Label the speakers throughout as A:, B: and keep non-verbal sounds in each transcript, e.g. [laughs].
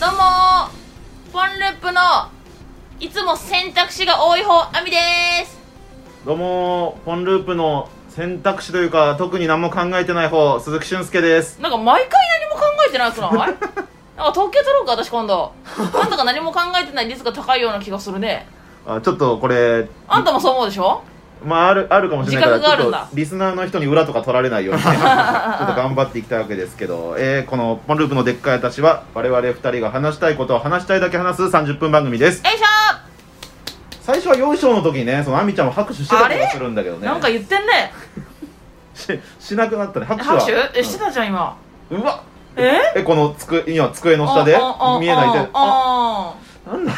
A: どうもーポンループのいつも選択肢が多い方アミです
B: どうもーポンループの選択肢というか特に何も考えてない方鈴木俊介です
A: なんか毎回何も考えてないやつない
B: [laughs]
A: なんか統計取ろうか私今度あんたが何も考えてない率が高いような気がするね
B: あちょっとこれ
A: あんたもそう思うでしょ
B: まああるあるかもしれないから
A: 自覚があるんだ
B: ちょっとリスナーの人に裏とか取られない
A: [laughs]
B: ようにねちょっと頑張っていきたいわけですけど、えーこのポンループのでっかい私は我々2人が話したいことを話したいだけ話す30分番組です
A: よいしょ
B: 最初はよいしょの時にねそのあみちゃんも拍手してた気がするんだけど
A: ー、
B: ね
A: なんか言ってんね
B: ししなくなったね拍手は
A: 拍手えしてたじゃん今
B: うんうわ
A: え
B: えこの机今机の下で見えないであ
A: あ
B: なんだ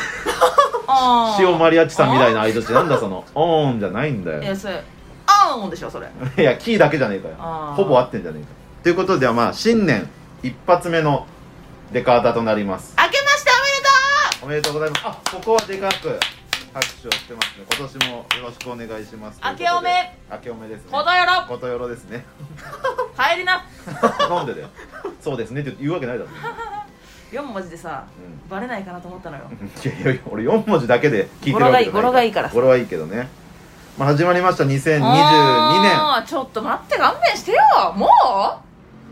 A: あ
B: 塩マリアッチさんみたいな相槌なんだその「オーン」じゃないんだ
A: いや
B: よ
A: それあーんでしょそれ
B: [laughs] いやキーだけじゃねえかよ
A: あー
B: ほぼ合ってんじゃねえかということではまあ新年一発目のデカータとなります
A: 明けましてお
B: おめでとうございますあここはデカく拍手をしてますね今年もよろしくお願いします
A: 明けおめ
B: 明けおめですね
A: めでとうことやろ
B: ことよろですね [laughs]
A: 帰りな
B: なんでだよそうですねって言うわけないだろ、 [laughs]
A: 4文字でさ
B: うん
A: バレないかなと思ったのよ
B: いやいやいや俺4文字だけで聞いてるわけじゃな
A: 語
B: い
A: 呂がいい語呂がいいからさ
B: 語呂はいいけどね、まあ、始まりました2022
A: あーちょっと待って勘弁してよも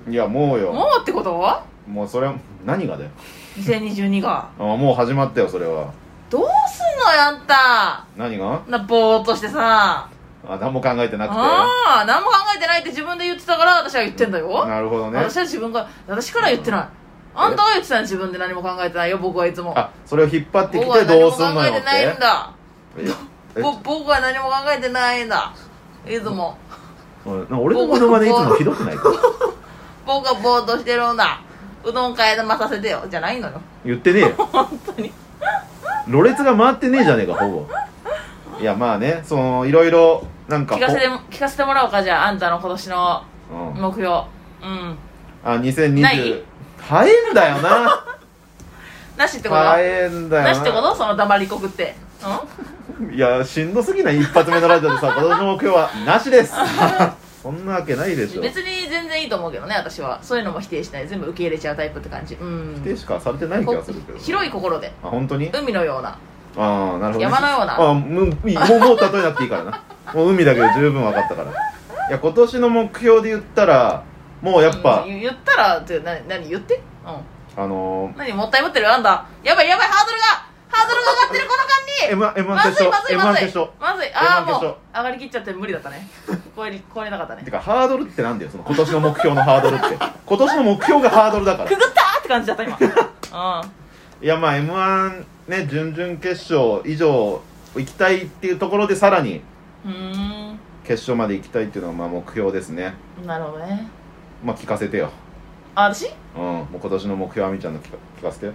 B: 年いやもう
A: う
B: よ
A: もうってこと
B: もうそれは何がだよ
A: 2022が
B: あもう始まったよそれは
A: どうすんのよあんた
B: 何が
A: なぼーっとしてさ
B: あ何も考えてなくて
A: ああ何も考えてないって自分で言ってたから私は言ってんだよ、
B: なるほどね
A: 私は自分が私から言ってない、あんたが言ってたの自分で何も考えてないよ僕はいつも
B: あそれを引っ張ってき
A: 僕は
B: て
A: 何
B: ど
A: も
B: うすんの
A: 考
B: よ
A: え
B: って
A: ないんだ
B: ええ
A: ぼ僕は何も考えてないんだいつも
B: うんなんか俺のモノマネいつもひどくないか
A: 僕はぼーっとしてるんだうどん替え玉させてよじゃないのよ
B: 言ってねえよ
A: [laughs] 本当に
B: ろれつが回ってねえじゃねえかほぼいやまあねそのいろいろなんか
A: 聞かせて聞かせてもらおうかじゃああんたの今年の
B: うん
A: 目標うんな
B: あ
A: い
B: 2020早えんだよ
A: [laughs]
B: な
A: なしってこと
B: 早えんだよな
A: なしってことその黙りこくってうん
B: いやしんどすぎない一発目のラジオでさ今年の目標はなしですそんなわけないでしょ
A: 別に全然いいと思うけどね私はそういうのも否定しない全部受け入れちゃうタイプって感じうん
B: 否定しかされてない気がするけど
A: こ広い心で
B: あ本当に
A: 海のような
B: ああなるほどね、
A: 山のような
B: あもういいもうもう例えなくていいからなもう海だけで十分分かったからいや今年の目標で言ったらもうやっ
A: う
B: ぱ
A: ん、言言ったらってな何言ってう
B: あの
A: ん何もったいぶってるあんたやばいやばいハードルがハードルが上がってるこの
B: ー、
A: 間に
B: M1 M1
A: まず
B: 決
A: い
B: 勝
A: まずいまず
B: M1
A: い
B: 決勝
A: まずいああも
B: M1 決
A: う上がりきっちゃって無理だった
B: [laughs]
A: ね超えり超えれなかったね
B: てかハードルってなんだよその今年の目標のハードルって今年の目標がハードルだから
A: くぐったーって感じだった
B: [laughs]
A: 今うん
B: いやまあ m 1ね準々決勝以上行きたいっていうところでさらに
A: うーん
B: 決勝まで行きたいっていうのはまあ目標ですね
A: なるほどね
B: まあ聞かせてよ
A: あ私
B: うんもう今年の目標あみちゃんの聞か聞かせてよ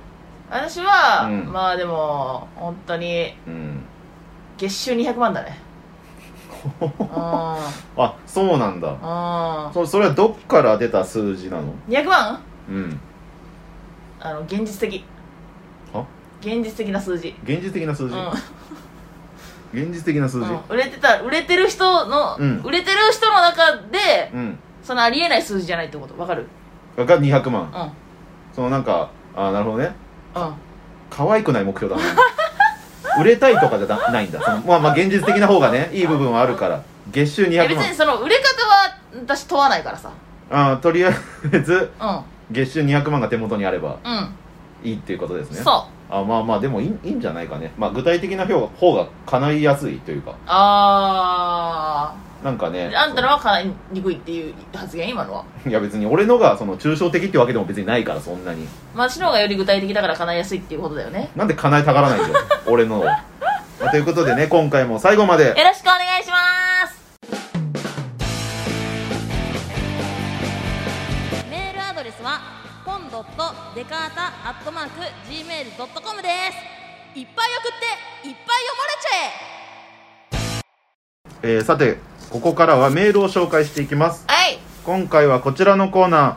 A: 私は、
B: うん
A: まあでも本当に
B: うん
A: 月収200万
B: [laughs]
A: だねうんうん
B: あそうなんだそそれはどっから出た数字なの
A: 200万
B: うん
A: あの現実的
B: あ
A: 現実的な数字
B: 現実的な数
A: う
B: 字、
A: ん、
B: 現実的な数字
A: うん売れてた売れてる人の、
B: うん
A: 売れてる人の中で
B: うん、
A: そのありえない数字じゃないってことわかる
B: が200万
A: うんうん
B: そのなんかあなるほどね
A: あ
B: 可愛くない目標だな
A: [laughs]
B: 売れたいとかじゃなないんだそのまあまあ現実的な方がねいい部分はあるから月収
A: いや
B: 200
A: 別
B: 万
A: にその売れ方は私問わないからさ
B: あーとりあえず
A: う
B: 月収200万が手元にあれば
A: んうん、
B: いいっていうことですね
A: そう
B: あまあまあでもいいいいんじゃないかね、まあ、具体的な方が方が叶いやすいというか
A: あ
B: なんかね
A: ーあんたのはかなりにくいっていう発言今のは
B: そのいや別に俺のがその抽象的ってわけでも別にないからそんなに
A: まあ、私の方がより具体的だから叶いやすいっていうことだよね
B: なんで叶えたがらないんだよ俺のを、まあということでね今回も最後まで
A: よろしくお願いしますメールアドレスはポンドットデカータアットマーク Gmail.com ですいっぱい送っていっぱい読まれち
B: えーさてここからはメールを紹介していきます
A: ゃえはい
B: 今回はこちらのコーナー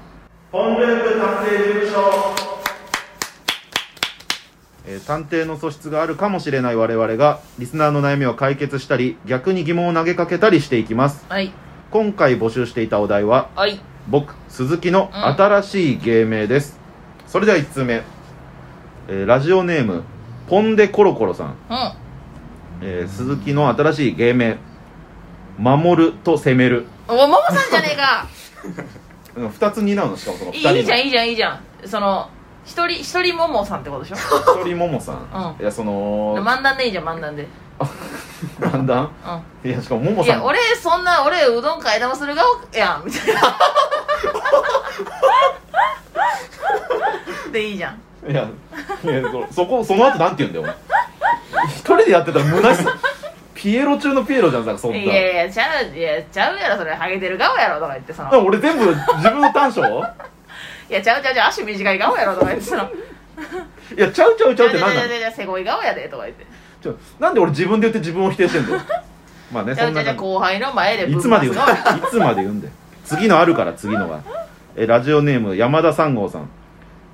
B: 本ループ探偵事務所、えー探偵の素質があるかもしれない我々がリスナーの悩みを解決したり逆に疑問を投げかけたりしていきます
A: はい
B: 今回募集していたお題は
A: はい
B: 僕鈴木の新しい芸名です、それでは1通目えーラジオネームポンデコロコロさん、
A: うん
B: えー鈴木の新しい芸名「守る」と「攻める
A: おももさんじゃねえ
B: [laughs]
A: か」
B: うん2つ担うのしかもその2
A: い
B: 人の
A: いいじゃんいいじゃんいいじゃんその一人一人ももさんってことでしょ
B: 一人ももさん、
A: うん
B: いやその
A: 漫談でいいじゃん漫談で
B: 漫談
A: う
B: いやしかもも
A: ん
B: も
A: い
B: さん
A: や俺そんな俺うどん替え玉する顔やんみたい
B: [laughs]
A: なでいいじゃん
B: いやいやそそこその後なんて言うんだよお前一人でやってたら虚しさピエロ中のピエロじゃんさそん
A: い
B: な
A: やいやちゃういやちゃうやろそれハゲてる顔やろとか言ってその
B: でも俺全部自分の短所
A: いやちゃうちゃうちゃう足短い顔やろとか言ってその
B: いやちゃうちゃうちゃうって
A: ちゃう
B: 何
A: ち
B: な
A: ゃう
B: の
A: ちゃうちゃうせこい顔やでとか言って
B: ちょなんで俺自分で言って自分を否定してんだよまあね
A: ちゃ
B: そ
A: うんちゃ
B: な
A: うちゃう
B: 感じ
A: 後輩の前で
B: い
A: ぶ
B: つまで
A: ん
B: 言
A: 回
B: うん
A: す
B: だよいつまで言うんだよ次のあるから次のがえラジオネーム山田三号さん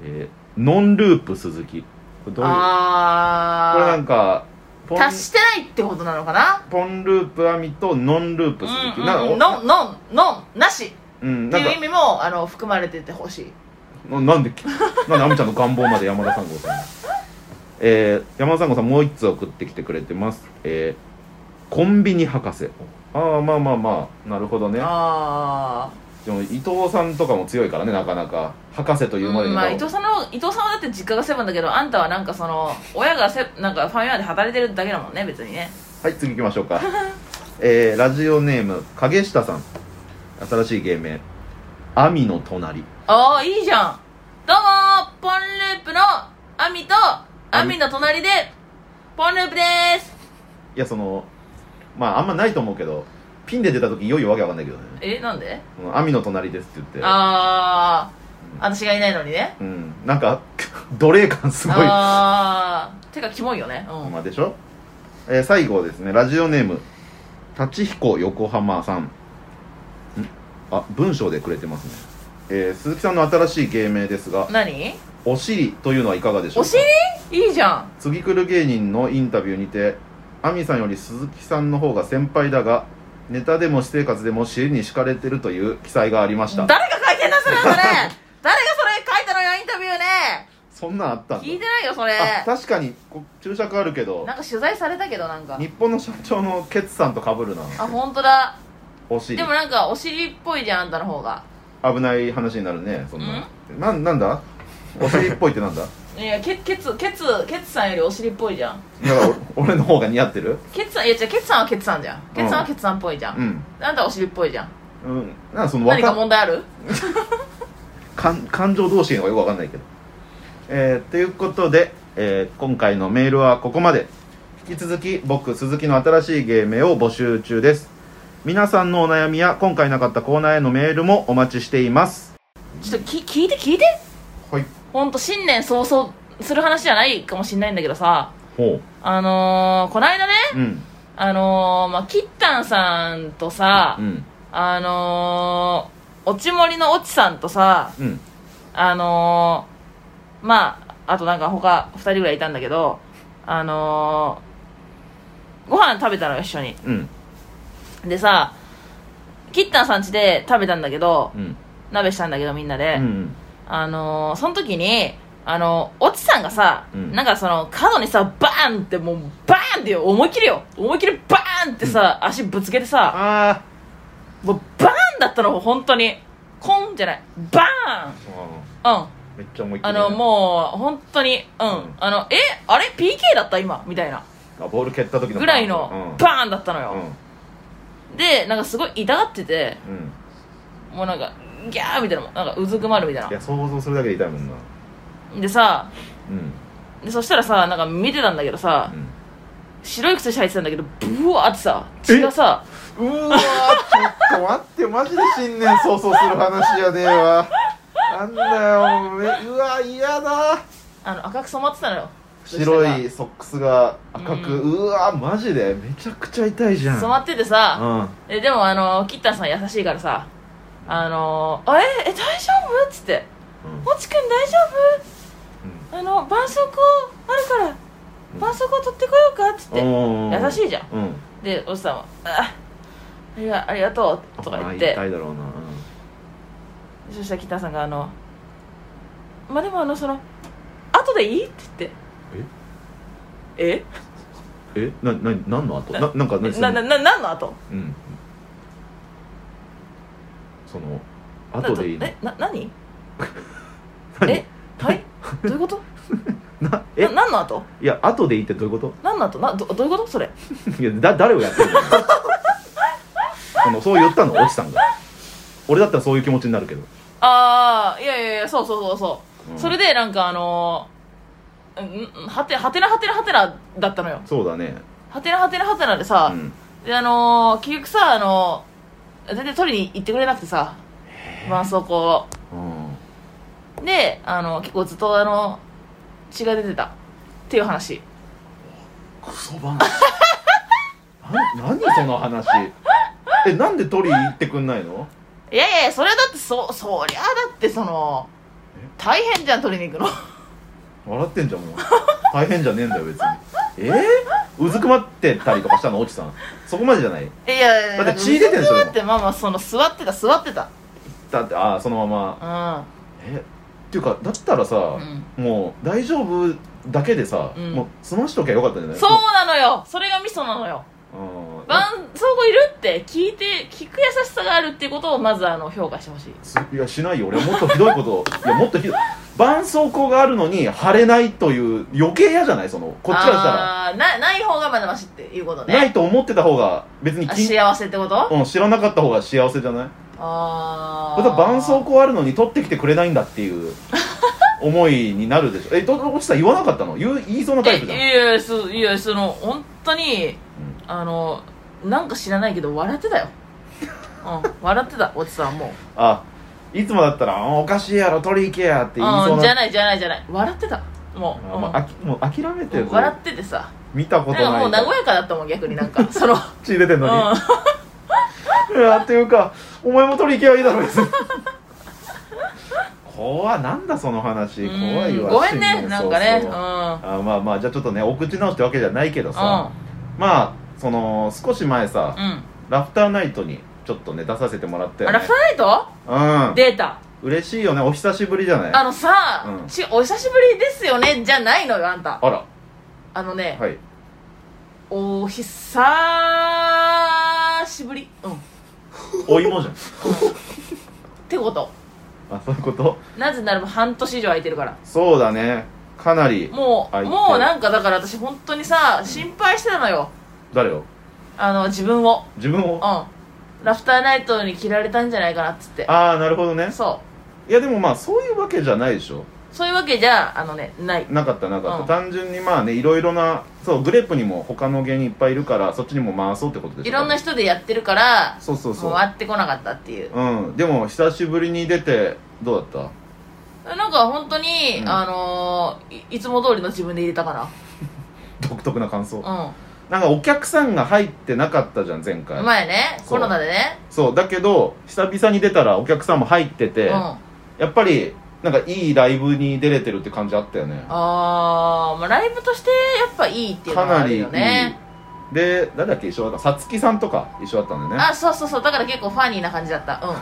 B: えーノンループ鈴木これどういうこれな
A: あ
B: んかポ
A: あ
B: ン
A: 達してないってことなのかな
B: ポンループ編みとノンルー
A: う
B: プ
A: ん
B: 鈴
A: うん
B: 木
A: うん
B: な
A: のんのんのんなしっ
B: うん
A: て
B: なん
A: い
B: か
A: う意味もあの含まれててほしい
B: ななんでなんで亜美ちゃんの願望まで山田三号さんにえー、山田三号さんもう一つ送ってきてくれてますえー、コンビニ博士ああまあまあまあなるほどね
A: ああ
B: でも伊藤さんとかも強いからねなかなか博士というま
A: う
B: で
A: ん
B: に
A: ま
B: 多
A: あ、
B: 分
A: 伊藤さんの伊藤さんはだって実家がセブンだけどあんたはなんかその親がセなんかファミマで働いてるだけだもんね別にね
B: はい次行きましょう
A: [laughs]
B: かえー、ラジオネーム影下さん新しい芸名「亜美の隣
A: ああいいじゃんどうもーポンループのアミとアミの隣でポンループでーす」
B: いやそのまああんまないと思うけどピンで出た時いよいよわけわかんないけどね
A: えなんで
B: 「うん亜美の隣です」って言って
A: ああ私がいないのにね
B: うんなんか [laughs] 奴隷感すごい
A: ああてかキモいよねうん
B: まあでしょ、えー最後ですねラジオネーム立彦横浜さんんあ文章でくれてますね、えー鈴木さんの新しい芸名ですが
A: 何
B: 「お尻」というのはいかがでしょう
A: お
B: か
A: 尻いいじゃん
B: 次来る芸人のインタビューにて亜美さんより鈴木さんの方が先輩だがネタでも私生活でも尻に敷かれてるという記載がありました
A: 誰が書いてんだそれ
B: [laughs]
A: それ誰がそれ書いたのよインタビューね
B: そんなんあったんだ
A: 聞いてないよそれ
B: あ確かにこ注釈あるけど
A: なんか取材されたけどなんか
B: 日本の社長のケツさんと被るな
A: あ本当だ
B: お尻
A: でもなんかお尻っぽいじゃんあんたの方が
B: 危ない話になるねそんな、なんなんだお尻っぽいってなんだ [laughs]
A: いやケケツケツケツさんよりお尻っぽいじゃん
B: だからお俺の方が似合ってる
A: ケツさんいやじゃあケツさんはケツさんじゃんケツさんはケツさんっぽいじゃん、
B: うん
A: あんたはお尻っぽいじゃん
B: うんなんかその
A: 何か
B: 若
A: 問題ある
B: 感感情同士のがよくわかんないけどえー、ということで、えー今回のメールはここまで引き続き僕鈴木の新しい芸名を募集中です皆さんのお悩みや今回なかったコーナーへのメールもお待ちしています
A: ちょっとき聞いて聞いて
B: はい
A: ほんと新年早々する話じゃないかもしんないんだけどさ
B: ほ
A: あのー、こないだね
B: ううん
A: あのー、まあキッタンさんとさ、
B: うん
A: あのー、落ち森の落ちさんとさ
B: うん
A: あのー、まああとなんか他2人ぐらいいたんだけどあのー、ご飯食べたのよ一緒に
B: うん
A: でさキッタンさん家で食べたんだけど
B: うん
A: 鍋したんだけどみんなで、
B: うん
A: あのー、その時にあのー、おちさんがさ、
B: うん
A: なんかその角にさバーンってもうバーンってよ思いっきりよ思いっきりバーンってさ、足ぶつけてさ
B: ああ
A: もうバーンだったの本当にコンじゃないバーンうん
B: めっちゃ思いっきり
A: あ
B: ね
A: のもう本当にうん、
B: うん
A: あのえあれ PK だった今みたいな
B: あボール蹴った時の
A: ぐらいの
B: パ
A: バーンだったの
B: ン
A: よ、でなんかすごい痛がってて
B: うん、うん、
A: もうなんかギャーみたいななんかうずくまるみたい
B: いや想像するだけで痛いもんな
A: なでさ
B: うん
A: でそしたらさなんか見てたんだけどさ、白い靴下履いてたんだけどブワーってさ血がさ
B: うん、うーわーちょっと待ってマジで新年早々する話やでわなんだよめうわ嫌だ
A: あの赤く染まってたのよ靴下が
B: 白いソックスが赤く、うわマジでめちゃくちゃ痛いじゃん
A: 染まっててさ、
B: うん
A: えでもあのキッタンさん優しいからさあのあええ大丈夫っつって「もちくん大丈夫あの絆創膏あるから
B: ん
A: 絆創膏取ってこようか」っつって
B: うんうん
A: 優しいじゃん
B: うん
A: でおじさんは「あありがありがとう」とか言って
B: まあ痛いだろうな
A: そしたら北さんがあのまあでもあのその後後でいい?」って言って「え
B: えなな何の後ななんか何そ
A: な
B: の
A: なな何の後
B: うんその
A: な
B: 後でいいの
A: えな何
B: 何
A: えはいどういうこと
B: [laughs] なえ
A: な何の後
B: いや後でいいってどういうこ
A: 何の後などどういうことそれ
B: といやだ誰をやってるのそのそう言ったの落ちさんが俺だったらそういう気持ちになるけど、
A: ああいやいやいやそうそうそうそう
B: うん
A: それでなんかあのーうんうんはてはてなはてなはてなだったのよ
B: そうだね
A: はてなはてなはてなでさ、
B: うん
A: であのー結局さあのー全然取りに行ってくれなくてさ絆創膏
B: うん
A: をであの結構ずっとあの血が出てたっていう話
B: クソ話な何その話えなんで取りに行ってくんないの
A: いやいやいやそれはだってそそりゃあだってその大変じゃん取りに行くの [laughs]
B: 笑ってんじゃんもう大変じゃねえんだよ別にえー、うずくまってたりとかしたのおちさんそこまでじゃない
A: いやいやいや
B: だって血出てんでしょ
A: だってまあまあその座ってた座ってた
B: だってああそのまま
A: う
B: えっていうかだったらさ、もう大丈夫だけでさ、
A: うん
B: もう済ましときゃよかったんじゃ
A: ん
B: ない
A: そうなのよそれがミソなのよ
B: うん
A: 絆創膏いるって聞いて聞く優しさがあるっていうことをまずあの評価してほしい
B: すいやしないよ俺はもっとひどい
A: [laughs]
B: こといやもっとひどい絆創膏があるのに腫れないという余計嫌じゃないそのこっちからしたら
A: あーなない方がまだましっていうこと
B: な
A: ね
B: いと思ってた方が別に
A: あ
B: き
A: 幸せってこと
B: うん、知らなかった方が幸せじゃない
A: あ
B: ま
A: あ
B: た絆創膏あるのに取ってきてくれないんだっ
A: [laughs]
B: ていう思いになるでしょえど落ちさん言わなかったの言う言いそうなタイプじゃん
A: えいやいやそういやその本当にあのなんか知らないけど笑ってたよ、うん、笑ってたおじさんもう
B: あいつもだったらあ「おかしいやろ取り行けや」って言いそう
A: うん、じゃ
B: な
A: ないじゃないじゃない笑ってたもう,うん、
B: あまああきもう諦めて
A: も
B: よ
A: う笑っててさ
B: 見たこ
A: な
B: と
A: んか
B: ない
A: もう和やかだったもん逆になんかそ
B: [laughs]
A: の、う
B: 血出てん
A: ん、
B: のに、いやっていうかお前も取り行けばいいだろ別に [laughs] 怖いなんだその話怖いわ
A: うんごめんね
B: 新年
A: なんかね
B: 早
A: うん
B: 々あまあまあじゃあちょっとねお口直しってわけじゃないけどさ、
A: う
B: まあその少し前さ、
A: んうん
B: ラフターナイトにちょっとね出させてもらったよ
A: あ
B: ね
A: ラフターナイト
B: う
A: データ
B: ん嬉しいよねお久しぶりじゃない
A: あのさ、
B: うん
A: ちお久しぶりですよねじゃないのよあんた
B: あら
A: あのね、
B: はい
A: お久しぶりうんっ
B: お芋じゃん
A: てこと
B: あそういうこと
A: なぜならば半年以上空いてるから
B: そうだねかなり
A: も
B: 空いうて
A: もうなんかだから私本当にさ心配してたのよ
B: 誰を
A: あの自分を
B: 自分
A: う
B: を
A: んラフターナイトに着られたんじゃないかなっつって
B: ああなるほどね
A: そ
B: いやでもまあそういうわけじゃないでしょ
A: うそういうわけじゃあのねない
B: なかったなかった、
A: うん
B: 単純にまあねいろいろなそうグレープにも他の芸人いっぱいいるからそっちにも回そうってことでしょ
A: いろんな人でやってるから
B: そうそうそ
A: もう会ってこなかったっていう
B: ううんでも久しぶりに出てどうだっ
A: なんか本当に、
B: うん
A: あのーいいつも通りの自分で入れたか
B: た独特な感想、
A: な
B: なんかお客さんが入ってなかったじゃん前
A: う
B: 回
A: ん前ね
B: そう
A: コロナでね
B: そうだけど久々に出たらお客さんも入ってて、
A: うんあ
B: やっぱりなんかいいライブに出れてるって感じあったよね
A: あー、まあライブとしてやっぱいいっていうの
B: か
A: はあ
B: な
A: る
B: りいい
A: よね
B: で誰だっけ一緒だったさつきさんとか一緒だったんだよね
A: あそうそうそうだから結構ファニーな感じだったう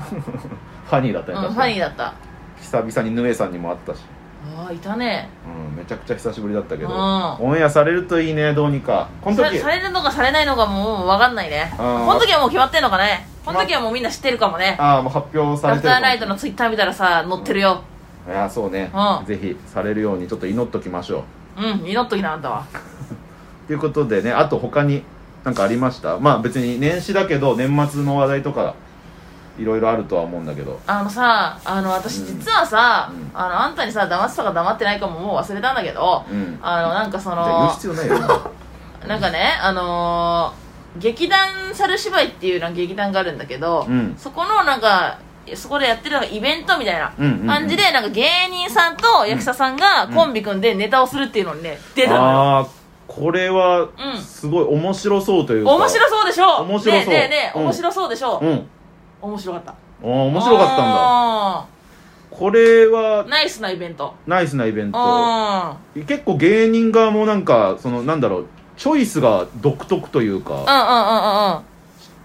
B: ファニーだった
A: ん、
B: よ
A: う
B: ね、
A: ん、
B: 確
A: フ
B: か
A: ァ
B: に
A: ニーだった
B: 久々にヌエさんにも会ったし、
A: ああいたね
B: うん、めちゃくちゃ久しぶりだったけ
A: うん
B: ど、オンエアされるといいねどうにかこの
A: さ
B: 時
A: されるのかされないのかもう分かんないね
B: ん
A: この時はもう決まってんのかねこの時はもうみんな知ってるかもね
B: ああもう発表さ
A: ラ
B: れ
A: フ
B: て
A: タ
B: る
A: ーナイトのツイッター見たらさ載ってるよ
B: いやそうね、
A: うん
B: ぜひされるようにちょっと祈っときましょ
A: うん祈っときなあんたは
B: うということでねあと他になんかありましたまあ別に年始だけど年末の話題とかいろいろあるとは思うんだけど
A: あのさあの私実はさ、
B: うん
A: あのあんたにさ騙したか黙ってないかももう忘れたんだけど
B: うんじゃ
A: あのなんかそ
B: あ言う
A: の
B: 必要ないよ今
A: なんかねあのー劇団猿芝居っていうなんか劇団があるんだけど、
B: うん
A: そこのなんかそこでやってるなんかイベントみたいな
B: うんうんうん
A: 感じで、なんか芸人さんと役者さんがコンビ組んでネタをするっていうのにね [laughs] 出たのよ
B: ああこれは
A: うん
B: すごい面白そうというか
A: 面白そうでしょ
B: 面白そ
A: ね
B: う
A: えねえねえ
B: うん
A: 面白そうでしょ、
B: うん
A: 面白かった
B: あー面白かったんだ
A: だ
B: これは
A: ナイスなイベント
B: ナイスなイベン
A: う
B: ト
A: ん
B: 結構芸人側もなんかそのなんだろうチョイスが独特というか、
A: うんうんうんうんうん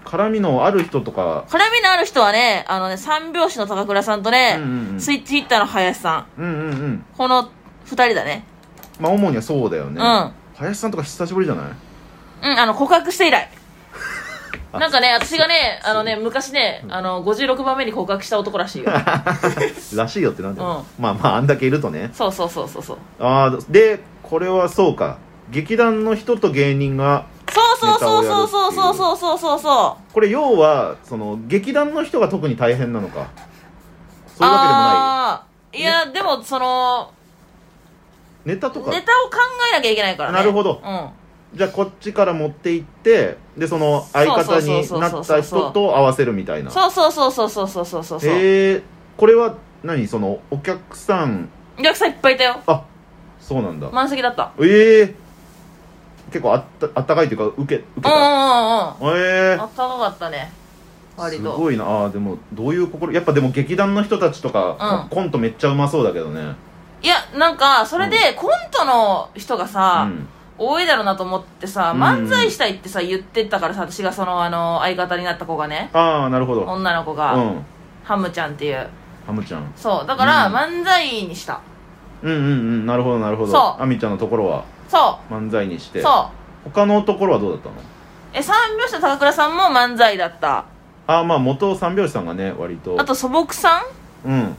B: 絡みのある人とか、
A: 絡みのある人はねあのね三拍子の高倉さんとね、
B: うんうんうん
A: スイッチヒッターの林さん
B: うんうんうん
A: この2人だね
B: まあ主にはそうだよね、
A: うん
B: 林さんとか久しぶりじゃない
A: うんあの告白して以来
B: [laughs] あ
A: なんかね私がね
B: そう
A: あのね昔ねあの56番目に告白した男らしいよ
B: らしいよってなんだよ、まあまああんだけいるとね
A: そうそうそうそうそう
B: ああでこれはそうか劇団の人と芸人が
A: そうそうそうそうそうそうそうそうそうそ
B: これ要はその劇団の人が特に大変なの
A: う
B: かそういうわけでもない
A: あーいやでもその
B: ネタとか
A: ネタを考えなきゃいけないからね
B: なるほど
A: うん
B: じゃあこっちから持って行ってでその相方に
A: そうそうそうそうそう
B: なった人と合わせるみたいな
A: そうそうそうそうそうそうそうそうそう
B: へえこれは何そのお客さん
A: お客さんいっぱいいたよ
B: あそうなんだ、
A: 満席だった
B: ええ結構あったあったかいというか受け受け
A: うんうんうんう
B: た
A: んあっ
B: ええ
A: たかかったね割
B: す
A: と
B: ごいなあーでもどういう心やっぱでも劇団の人たちとか、
A: うん
B: コントめっちゃうまそうだけどね
A: いやなんかそれでコントの人がさ、
B: うん
A: 多いだろうなと思ってさ
B: うん
A: 漫才したいってさ言ってたからさ私がそのあの相方になった子がね
B: ああなるほどうん
A: 女の子が、
B: ハ
A: ハムちゃんっていう
B: ムちゃん
A: そうだから、
B: うん
A: 漫才にした
B: うんうんうんなるほどなるほど
A: そう
B: あみちゃんのところは
A: そ
B: 漫才にし
A: う
B: て
A: そう
B: 他のところはどうだったの
A: え三拍子の高倉さんも漫才だった
B: ああまあ元三拍子さんがね割と
A: あと素朴さん
B: うん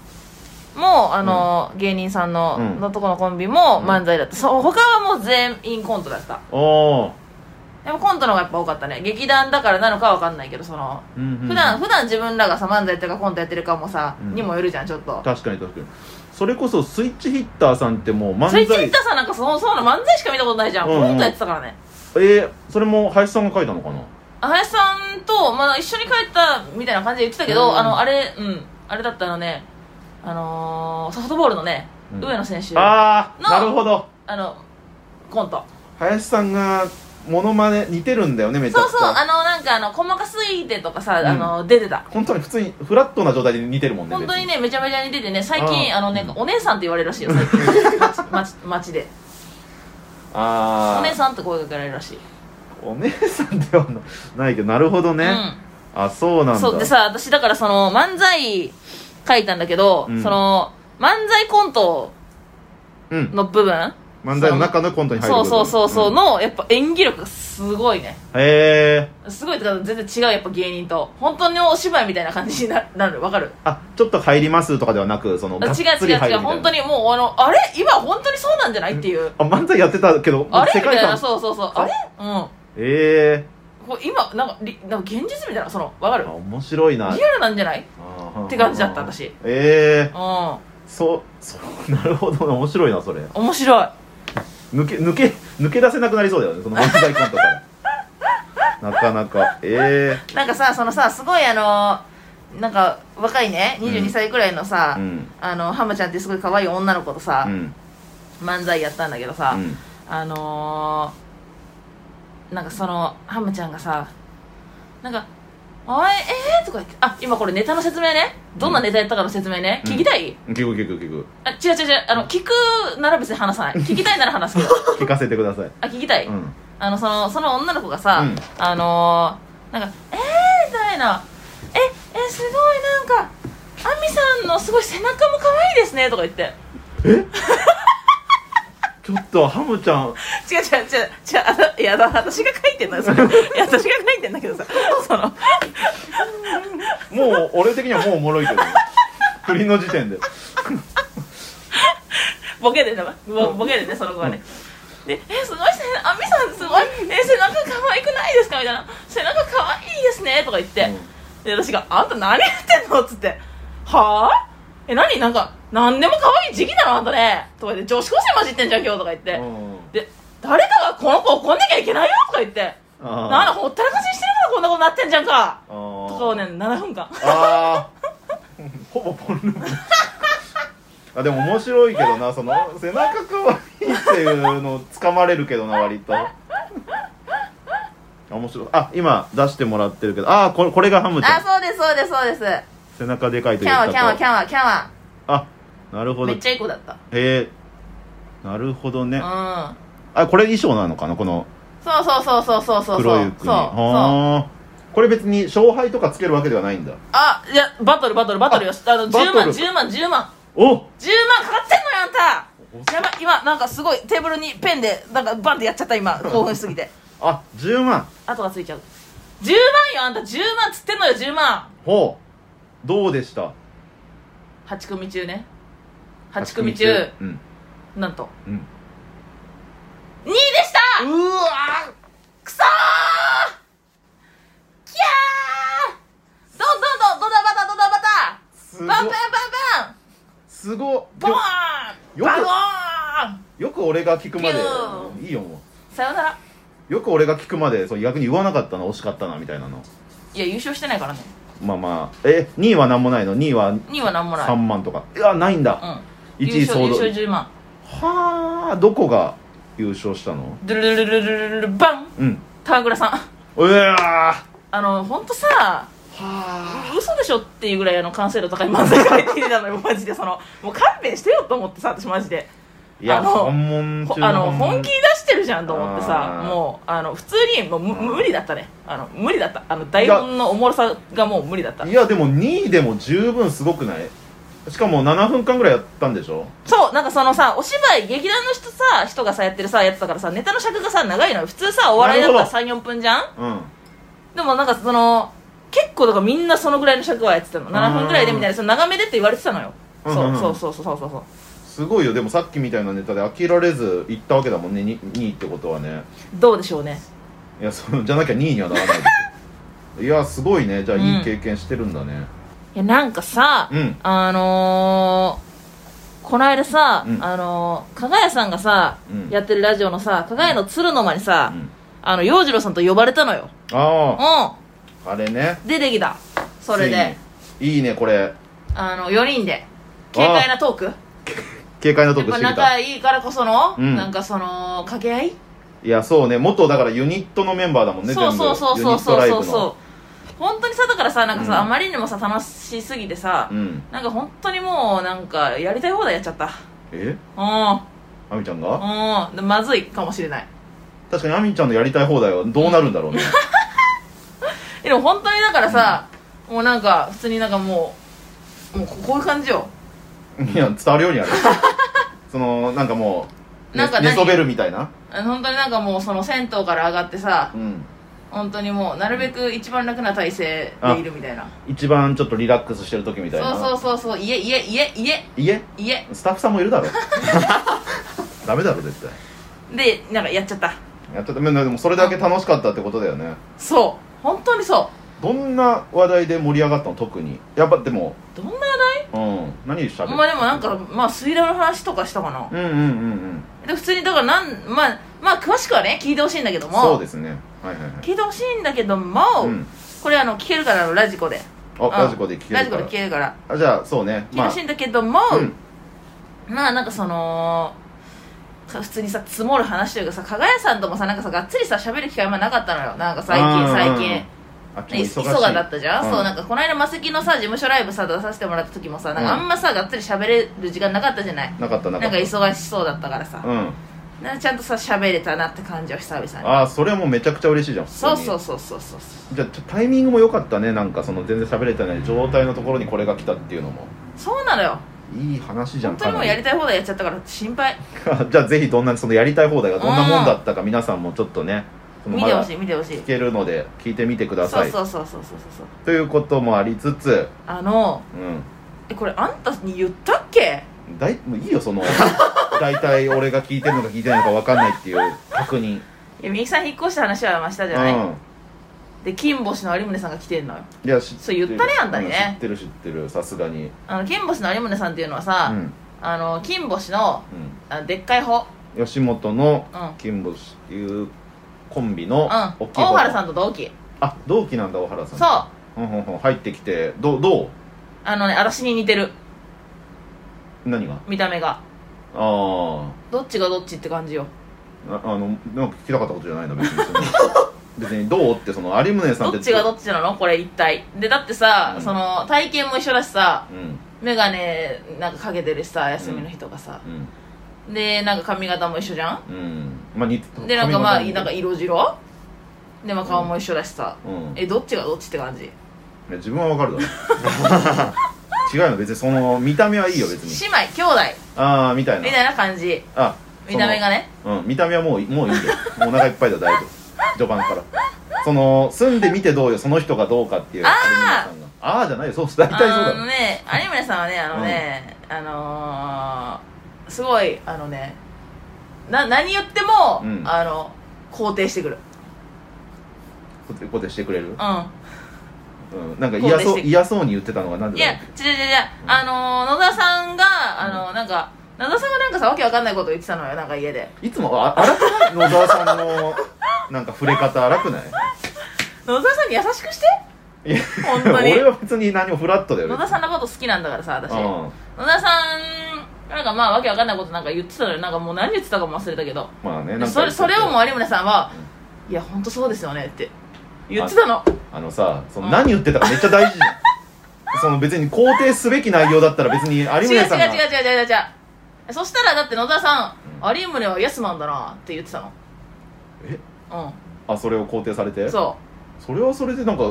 A: もあの、芸人さんの,、
B: うん
A: のとこのコンビも
B: うん
A: 漫才だった、そう他はもう全員コントだった
B: おー
A: でもコントの方がやっぱ多かったね劇団だからなのかわかんないけどその
B: うんうんうん
A: 普段普段自分らがさ漫才やってるかコントやってるかもさ、
B: うん
A: にもよるじゃんちょっと
B: 確かに確かにそれこそスイッチヒッターさんってもう漫
A: それ
B: 才
A: ツイッターさんなんかそのそうな漫才しか見たことないじゃん、
B: うんうん
A: コントやってたからね
B: えー、それも林さんが書いたのかな
A: 林さんと、まあ、一緒に帰ったみたいな感じで言ってたけど、
B: うん
A: あのあれうんあれだったのねあのーソフトボールのね、
B: うん
A: 上野選手あ
B: ああ
A: の
B: なるほど
A: のコント
B: 林さんがモノマネ似てるんだよねめちゃくち
A: そう
B: ゃ
A: そうあのなんかあの細かすぎてとかさ、
B: うん
A: あの出てた
B: 本当に普通にフラットな状態で似てるもんね
A: 本当に
B: ね
A: ねめちゃめちゃ似ててね最近
B: あー
A: あのね、
B: うん
A: お姉さんって言われるらしいよ最近街
B: [laughs]
A: 街街で
B: ああ
A: お姉さんって声かけられるらしい、
B: お姉さんではないけどなるほどね、あそうな
A: うん
B: だ
A: んそうでさ私だからその漫才書いたんだけど、
B: うん
A: その漫才コント
B: うん
A: の部分
B: 漫才の中のコントに入る
A: そうそうそうそう
B: へ
A: のやっぱ演技力がすごいね
B: え
A: すごいってか全然違うやっぱ芸人と本当にお芝居みたいな感じにななるわかる
B: あちょっと入りますとかではなくその
A: 違う
B: がっつ
A: 違
B: り
A: う違
B: 入
A: う
B: るみたいな
A: 本当にもうあのあれ今本当にそうなんじゃないっていう
B: あ漫才やってたけど
A: あれ
B: 世
A: みたい
B: 界
A: な
B: 観
A: そうそうそうあれう
B: え
A: んこう今なんかりなんか現実みたいなそのわか
B: え
A: る
B: ー、あ面白いな
A: リアルなんじゃない
B: って
A: 感じだった私
B: ええ
A: うん
B: そう [laughs] そうなるほどな面白いなそれ
A: 面白い
B: 抜け抜け抜け出せなくなりそうだよねその漫才コントから [laughs] なかなかえ
A: なんかさそのさすごいあのなんか若いね
B: うん
A: 22歳くらいの
B: え
A: さ、
B: うん
A: あのハムちゃんってすごい可愛い女の子とさ
B: う、ん
A: 漫才やったんだけどさ、
B: うん
A: あのー、なんかそのハムちゃんがさなんか「おいえー?」とか言ってあ今これネタの説明ねどんなネタやったかの説明ね、
B: うん
A: 聞きたい
B: 聞く聞く聞
A: あ違う違う違うあの聞くなら別に話さない聞きたいなら話すけ
B: [laughs]
A: ど
B: く聞かせてください
A: あ聞きたい、
B: うん
A: あのそのその女の子がさ、
B: うん
A: あのー、なんか「えー?」みたいな「ええすごいなんか亜美さんのすごい背中も可愛いですね」とか言って
B: ちょっとハムちゃん
A: 違う違う違う違うあのいやだ私が書いてんだよそれいや私が書いてんだけどさその
B: もう俺的にはもうおもろいけどね [laughs] 振りの時点で
A: ボケでねボボケでねその子はねで「えすごい背あみさんすごいえ背中可愛くないですか?」みたいな「背中可愛いですね」とか言って、で私が「あんた何やってんの?」っつって「はあえ何なんか何でも可愛い時期なのあんたね」とか言って「女子高生混じってんじゃん今日」とか言って、
B: うんうん
A: で「誰かがこの子怒んなきゃいけないよ」とか言って「
B: あー
A: なんだほったらかしにしてるからこんなことなってんじゃんか」
B: あー
A: とかをね7分間
B: ああほぼポンルームあでも面白いけどなその背中可愛いっていうのつかまれるけどな割とあ面白いあ今出してもらってるけどああこれこれがハムちゃ
A: あ
B: ん
A: そうですそうですそうです
B: 背中でかいと
A: キ
B: いう
A: ャンはキャンはキ
B: ン
A: ャンはキャンは
B: あなるほど
A: めっ
B: へ
A: ちゃいい子だった
B: えなるほどね
A: うん
B: あこれ衣装なのかなこの
A: そうそうそうそうそうそう
B: 黒い
A: そう
B: 服に
A: そうそう
B: あーこれ別に勝敗とかつけるわけではないんだ
A: あいやバトルバトルバトルよしあの
B: バ
A: 10
B: ト
A: 万
B: ル
A: 10万10万
B: お
A: 10万かかってんのよあんたやばいなんかすごいテーブルにペンでなんかバンってやっちゃった
B: [laughs]
A: 今興奮しすぎて
B: あ10万
A: 後がついちゃう10万よあんた10万つってんのよ10万
B: ほうどうでした
A: 8組中ね8組中
B: うん
A: なんと
B: うん
A: 2位でした
B: うわ
A: くそーキャーどんどんどんドダバタドダバタ
B: す
A: バ
B: ご
A: ンバンバン
B: すごっ
A: バンボーン
B: よ
A: バ
B: く
A: ゴーン
B: よく俺が聞く
A: ビ
B: まで
A: ュ
B: いいよも
A: さよなら
B: うよく俺が聞くまでそう逆に言わなかったな惜しかったなみたいなの
A: いや優勝してないからね
B: まあまあえ2位は何もないの2位は
A: 2位は何もない
B: 3万とかいやないんだ
A: うん
B: 1位
A: 優勝
B: 総
A: 優
B: 動
A: 勝10万
B: はあどこが優勝したの
A: ドゥルルルルルルルバン
B: うん
A: 高倉さん
B: うわー
A: あの本当さ
B: はあ
A: 嘘でしょっていうぐらいあの完成度高い漫才が入ってきたのよマジでそのもう勘弁してよと思ってさ私マジで
B: いや
A: あの
B: 本門
A: ほ
B: 中
A: あの本気出
B: 門
A: してるじゃんと思ってさ
B: あー
A: もうあの普通にもうむ
B: うん
A: 無理だったねあの無理だったあの台本のおもろさがもう無理だった
B: いやでも2位でも十分すごくないしかも7分間ぐらいやったんでしょ
A: そうなんかそのさお芝居劇団の人さ人がさやってるさやつだからさネタの尺がさ長いのよ普通さお笑いだったら34分じゃん
B: うん
A: でもなんかその結構だからみんなそのぐらいの尺はやってたの7分ぐらいでみたいなその長めでって言われてたのよ
B: う
A: そ
B: ん
A: う
B: うんうん
A: そうそうそうそうそう
B: すごいよでもさっきみたいなネタで飽きられず行ったわけだもんね 2, 位ってことはね
A: どうでしょうね
B: いやそのじゃなきゃ2位にはならないですよいやすごいねじゃあいい経験してるんだね
A: いやなんかさ、
B: うん
A: あのー、この間さ、
B: うん
A: あのー、加賀谷さんがさ、
B: うん
A: やってるラジオのさ加賀谷の鶴の間に
B: う
A: さ、
B: ん
A: あの洋次郎さんと呼ばれたのよ
B: あ
A: う
B: ああれね
A: ん出てきたそれで
B: ついにいいねこれ
A: あの4人で軽快なトーク
B: 軽快なト
A: や
B: ー
A: っ
B: ク
A: ぱ
B: してき
A: 仲
B: た
A: いいからこその、
B: うん
A: なんかその掛け合い、
B: いやそうね元だからユニットのメンバーだもんね
A: そうそうそう
B: 全部
A: そう
B: ユニット
A: そ
B: ラ
A: う
B: イブ
A: そう
B: の
A: そう本当にさだからさなんかさ、
B: うん
A: あまりにもさ楽しすぎてさ、
B: うん
A: なんか本当にもうなんかやりたい放題やっちゃった
B: え
A: うん
B: あみちゃんが
A: うんでまずいかもしれない
B: 確かにあみちゃんのやりたい放題はどうなるんだろ
A: [laughs]
B: うね
A: でも本当にだからさ、もうなんか普通になんかもうもうここういう感じよ
B: いや伝わるようにやるそのなんかもう
A: なんか
B: ね
A: 何
B: 寝そべるみたいな
A: あの本当になんかもうその銭湯から上がってさ
B: うん
A: 本当にもうなるべく一番楽な体勢でいるみたいな
B: 一番ちょっとリラックスしてる時みたいな
A: そうそうそうそう家家家家
B: 家
A: 家
B: スタッフさんもいる
A: [laughs]
B: だろダメだろ絶対
A: でなんかやっちゃった
B: やっちゃったでもでもそれだけ楽しかったってことだよね
A: そう本当にそ
B: どんな話題で盛り上がったの特にやっぱでも
A: うどんな話
B: うん何しゃ
A: 題
B: べる
A: まあでもなんかまあ水道の話とかしたかな
B: うんうんうんうん
A: で普通にだからなんまあまあ詳しくはね聞いてほしいんだけども
B: そうですねはいはいはい
A: 聞いてほしいんだけども、
B: うん
A: これあの聞けるからあのラジコで
B: あ
A: うん
B: ラジコで聞けるから
A: ラジコで聞けるから
B: あじゃあそうね
A: 聞いて
B: ま
A: ほしいんだけども、
B: あうん
A: まあなんかそのか普通にさ積もる話というかさ加賀谷さんともさなんかさがっつりさ喋る機会あんまなかったのよなんか最近最近
B: あ今
A: ね
B: 日
A: い急
B: 忙しい
A: がだったじゃん、
B: うん
A: そうなんかこの間マセキのさ事務所ライブさ出させてもらった時もさなんかあんまさ、がっつり喋れる時間なかったじゃない
B: なかったな
A: な
B: かっ
A: んか
B: た
A: 忙しそうだったからさ、
B: うん
A: なんかちゃんとさ喋れたなって感じは久々に
B: あそれもめちゃくちゃ嬉しいじゃん普通
A: そ
B: に
A: うそうそうそうそうそう
B: じゃあちょタイミングも良かったねなんかその全然喋れてない状態のところにこれが来たっていうのも
A: そうなのよ
B: いい話じゃん
A: 本当にもうやりたい放題やっちゃったから心配
B: [laughs] じゃあぜひどんなそのやりたい放題がどんなもんだったか皆さんもちょっとねその
A: 見
B: ま
A: て
B: だ
A: ほしい見てほしい
B: 聞けるので聞いてみてくだ
A: そ
B: さ
A: う
B: い
A: そうそうそうそうそうそう
B: ということもありつつ、
A: あの
B: う
A: えこれあんたに言ったっけ
B: ん、だいもういいよその [laughs] 大体俺が聞いてるのか聞いてないのか分かんないっていう確認
A: いやみゆきさん引っ越した話はましたじゃない、で金星の有宗さんが来てんのよ
B: うんいや知ってる
A: そう言ったねあんたにね
B: 知ってる知ってるさすがに
A: あの金星の有宗さんっていうのは
B: う
A: さ、
B: ん
A: あの金星のあでっかい方
B: うん吉本の
A: うん
B: 金星っていうコンビの
A: うん大
B: 大きい方
A: 原さんと同期
B: あ同期なんだ大原さん
A: そう
B: う、んうんうん、入ってきてどうど
A: あのね私に似てる
B: う何が
A: 見た目が
B: あ
A: どっちがどっちって感じよ
B: あなあのなんか聞きたかったことじゃないな別にそ
A: [laughs]
B: の別にどうってその有宗さ
A: ど
B: んって
A: っちがどっちなのこれ一体でだってさ、
B: うん
A: その体型も一緒だしさ
B: うん
A: 眼鏡なんかかけてるしさ休みの日とかさ、
B: うん
A: でなんか髪型も一緒じゃん
B: うんまあ似て
A: でなんかまあ
B: 髪
A: なん
B: 型
A: か
B: も
A: 色白でまあ顔も一緒だしさ、
B: うんい
A: えどっちがどっちって感じ
B: や自分はわかるだろ [laughs] 違うの別にその見た目はいいよ別に
A: 姉妹兄弟
B: ああみたい
A: み
B: な
A: たいな感じ
B: あ
A: 見た目がね
B: そのうん見た目はもうもういいよもうお腹いっぱいだよだいぶ序盤からその住んでみてどうよその人がどうかっていう
A: あー
B: 有村さんがああじゃないよそうっす大体そうだ
A: あ
B: よ
A: のね有村さんはねあのね、あのー、すごいあのねな何言っても、
B: うん
A: あの肯定してくる
B: コテコテしてくれる、
A: う
B: うん、なんか嫌
A: コテし
B: そう
A: て
B: 嫌そうに言ってたのがなん
A: ん
B: で
A: いや
B: だ
A: 違
B: ろ
A: う違う違うあのー、野田さんがあのー、なんか野田さんがなんかさわけわかんないこと言ってたのよなんか家で
B: ういつもあ荒くない野沢さんのなんか触れ方荒くない
A: 野田さんに優しくして
B: いや
A: [laughs] 本当に
B: 俺は別に何もフラットだよ
A: 野田さんのこと好きなんだからさ私野
B: うん
A: 田さんなんかまあわけわかんないことなんか言ってたのよなんかもう何言ってたかも忘れたけど
B: まあねなんか
A: それそれをもう有村さんは「いや本当そうですよね」って言ってたの
B: あのさその
A: うん
B: 何言ってたかめっちゃ大事じゃん
A: [laughs]
B: その別に肯定すべき内容だったら別に有村
A: 違う違う違う
B: さんが
A: 違う違う違うそしたらだって野田さん「有村はイエスマンだな」って言ってたの
B: え
A: うん
B: あそれを肯定されて
A: そ
B: それはそれでなんか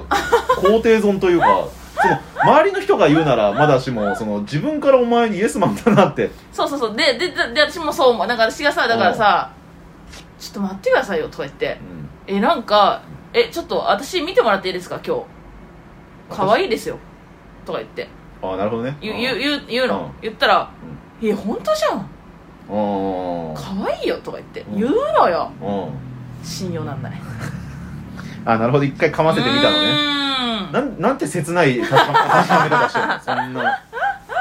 B: 肯定損というか [laughs] その周りの人が言うならまだしもその自分からお前にイエスマンだなって
A: うそうそうそうでででで私もそう思うなんか私がさだからさ「ちょっと待ってくださいよ」とか言って
B: う
A: 「
B: ん
A: えなんかえちょっと私見てもらっていいですか今日可愛いですよ」とか言って
B: ああなるほどね
A: 言う
B: うん
A: 言う言う言う
B: う
A: の
B: ん
A: 言ったら「え本当じゃん
B: うん
A: 可愛いよ」とか言って
B: うん
A: 言うのよ
B: うん
A: 信用なんない
B: あなるほど一回噛ませてみたのね
A: うーん
B: なんなんて切ない確かしてるのそんな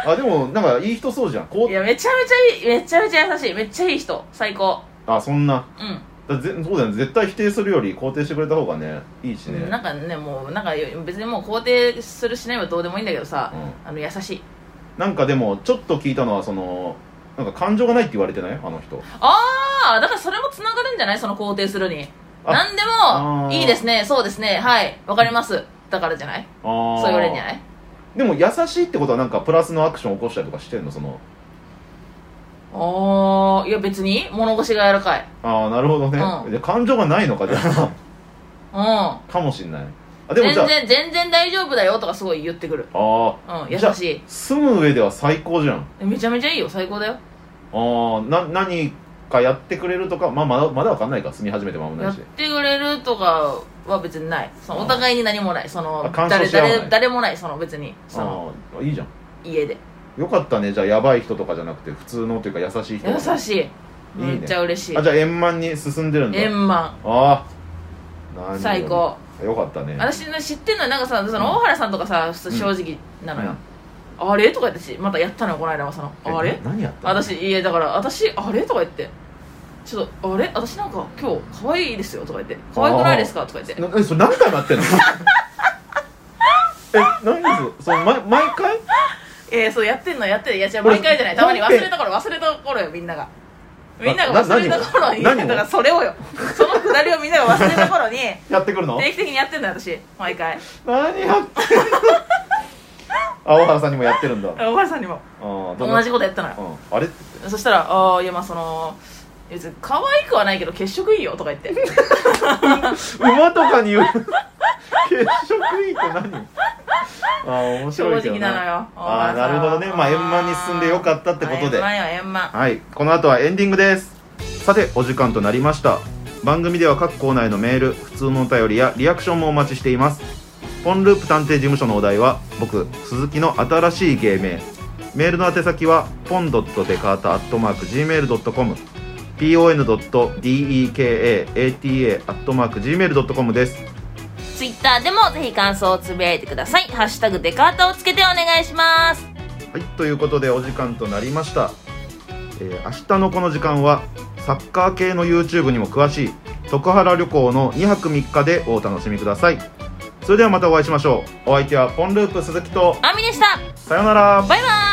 B: あでもなんかいい人そうじゃんこ
A: いうやめちゃめちゃいいめちゃめちゃ優しいめっちゃいい人最高
B: あそんな
A: うん
B: だぜそうだよね絶対否定するより肯定してくれた方がねいいしね
A: なんかねもうなんか別にもう肯定するしないはどうでもいいんだけどさ、
B: うん
A: あの優しい
B: なんかでもちょっと聞いたのはそのなんか感情がないって言われてないあの人
A: ああだからそれもつながるんじゃないその肯定するに
B: あ
A: 何で
B: あ
A: も
B: ー
A: いいですねそうですねはいわかりますだからじゃない
B: あ
A: そう
B: あ
A: 言われるんじゃない
B: でも優しいってことはなんかプラスのアクションを起こしたりとかしてんのその
A: ああいや別に物腰が柔らかい
B: ああなるほどね、
A: うん
B: で感情がないのかじゃ
A: [laughs]
B: あ
A: う
B: かもしんないあで
A: ん
B: もじゃあ
A: 全然全然大丈夫だよとかすごい言ってくる
B: あ
A: うん
B: あ
A: 優
B: じゃあ
A: しい
B: 住む上では最高じゃん
A: めちゃめちゃいいよ最高だよ
B: ああな何かやってくれるとか、まあ、まだまだわかんないか住み始めて間もな
A: や
B: い
A: っ
B: して
A: くれるとかは別にないそのお互いに何もないその
B: あ干渉
A: 誰
B: し合わない
A: 誰誰もないその別にその
B: ああいいじゃん
A: 家で
B: よかったねじゃあやばい人とかじゃなくて普通のというか優しい人
A: 優しい
B: いいね
A: めっちゃ嬉しい
B: あじゃあ円満に進んでるんだ
A: 円満
B: ああなるほど
A: 最高
B: よかったね
A: 私ね知ってんのはなんかさその大原さんとかさ普通正直なのよ、あれとか言ってしまたやったのよこの間はその
B: うん
A: あれ
B: えな何やったの
A: 私いやだから私あれとか言ってちょっとあれ私なんか今日可愛いですよとか言って可愛くないですかとか言って
B: なえそれ何回もやってんの [laughs] え何ですその毎毎回
A: えー、そうやってんのやってるいや違う毎回じゃないたまに忘れた頃忘れた頃よみんながみんなが
B: な
A: 忘れた頃に
B: 何を
A: だからそれをよそのくだりをみんなが忘れた頃に
B: やってくるの
A: 定期的にやってんだよ私毎回
B: 何やってんの [laughs] あ大原さんにもやってるんだ
A: おばあさんにも
B: あ
A: 同じ
B: こ
A: ことやったのよ
B: うん、あれ
A: そしたら「ああいやまあその別に可愛くはないけど血色いいよ」とか言って
B: 馬とかに言う血色いいって何あー
A: 正
B: 面白いけど
A: 直なのよ
B: あーなるほどねまあ円満に進んでよかったってことで
A: 円満よ円満
B: はい、この後はエンディングです。さて、お時間となりました。番組では各コーナーへのメール、普通のお便りやリアクションもお待ちしています。ポンループ探偵事務所のお題は、僕、鈴木の新しい芸名。メールの宛先は、ポンドットデカータアットマーク Gmail.com、pon.dekata アットマーク Gmail.com です。
A: ツイッターでもぜひ感想をつぶやいてください「ハッシュタグデカータ」をつけてお願いします
B: はい、ということでお時間となりました、えー明日のこの時間はサッカー系の YouTube にも詳しい徳原旅行の2泊3日でお楽しみくださいそれではまたお会いしましょうお相手はポンループ鈴木と
A: アミでした
B: さようなら
A: バイバイ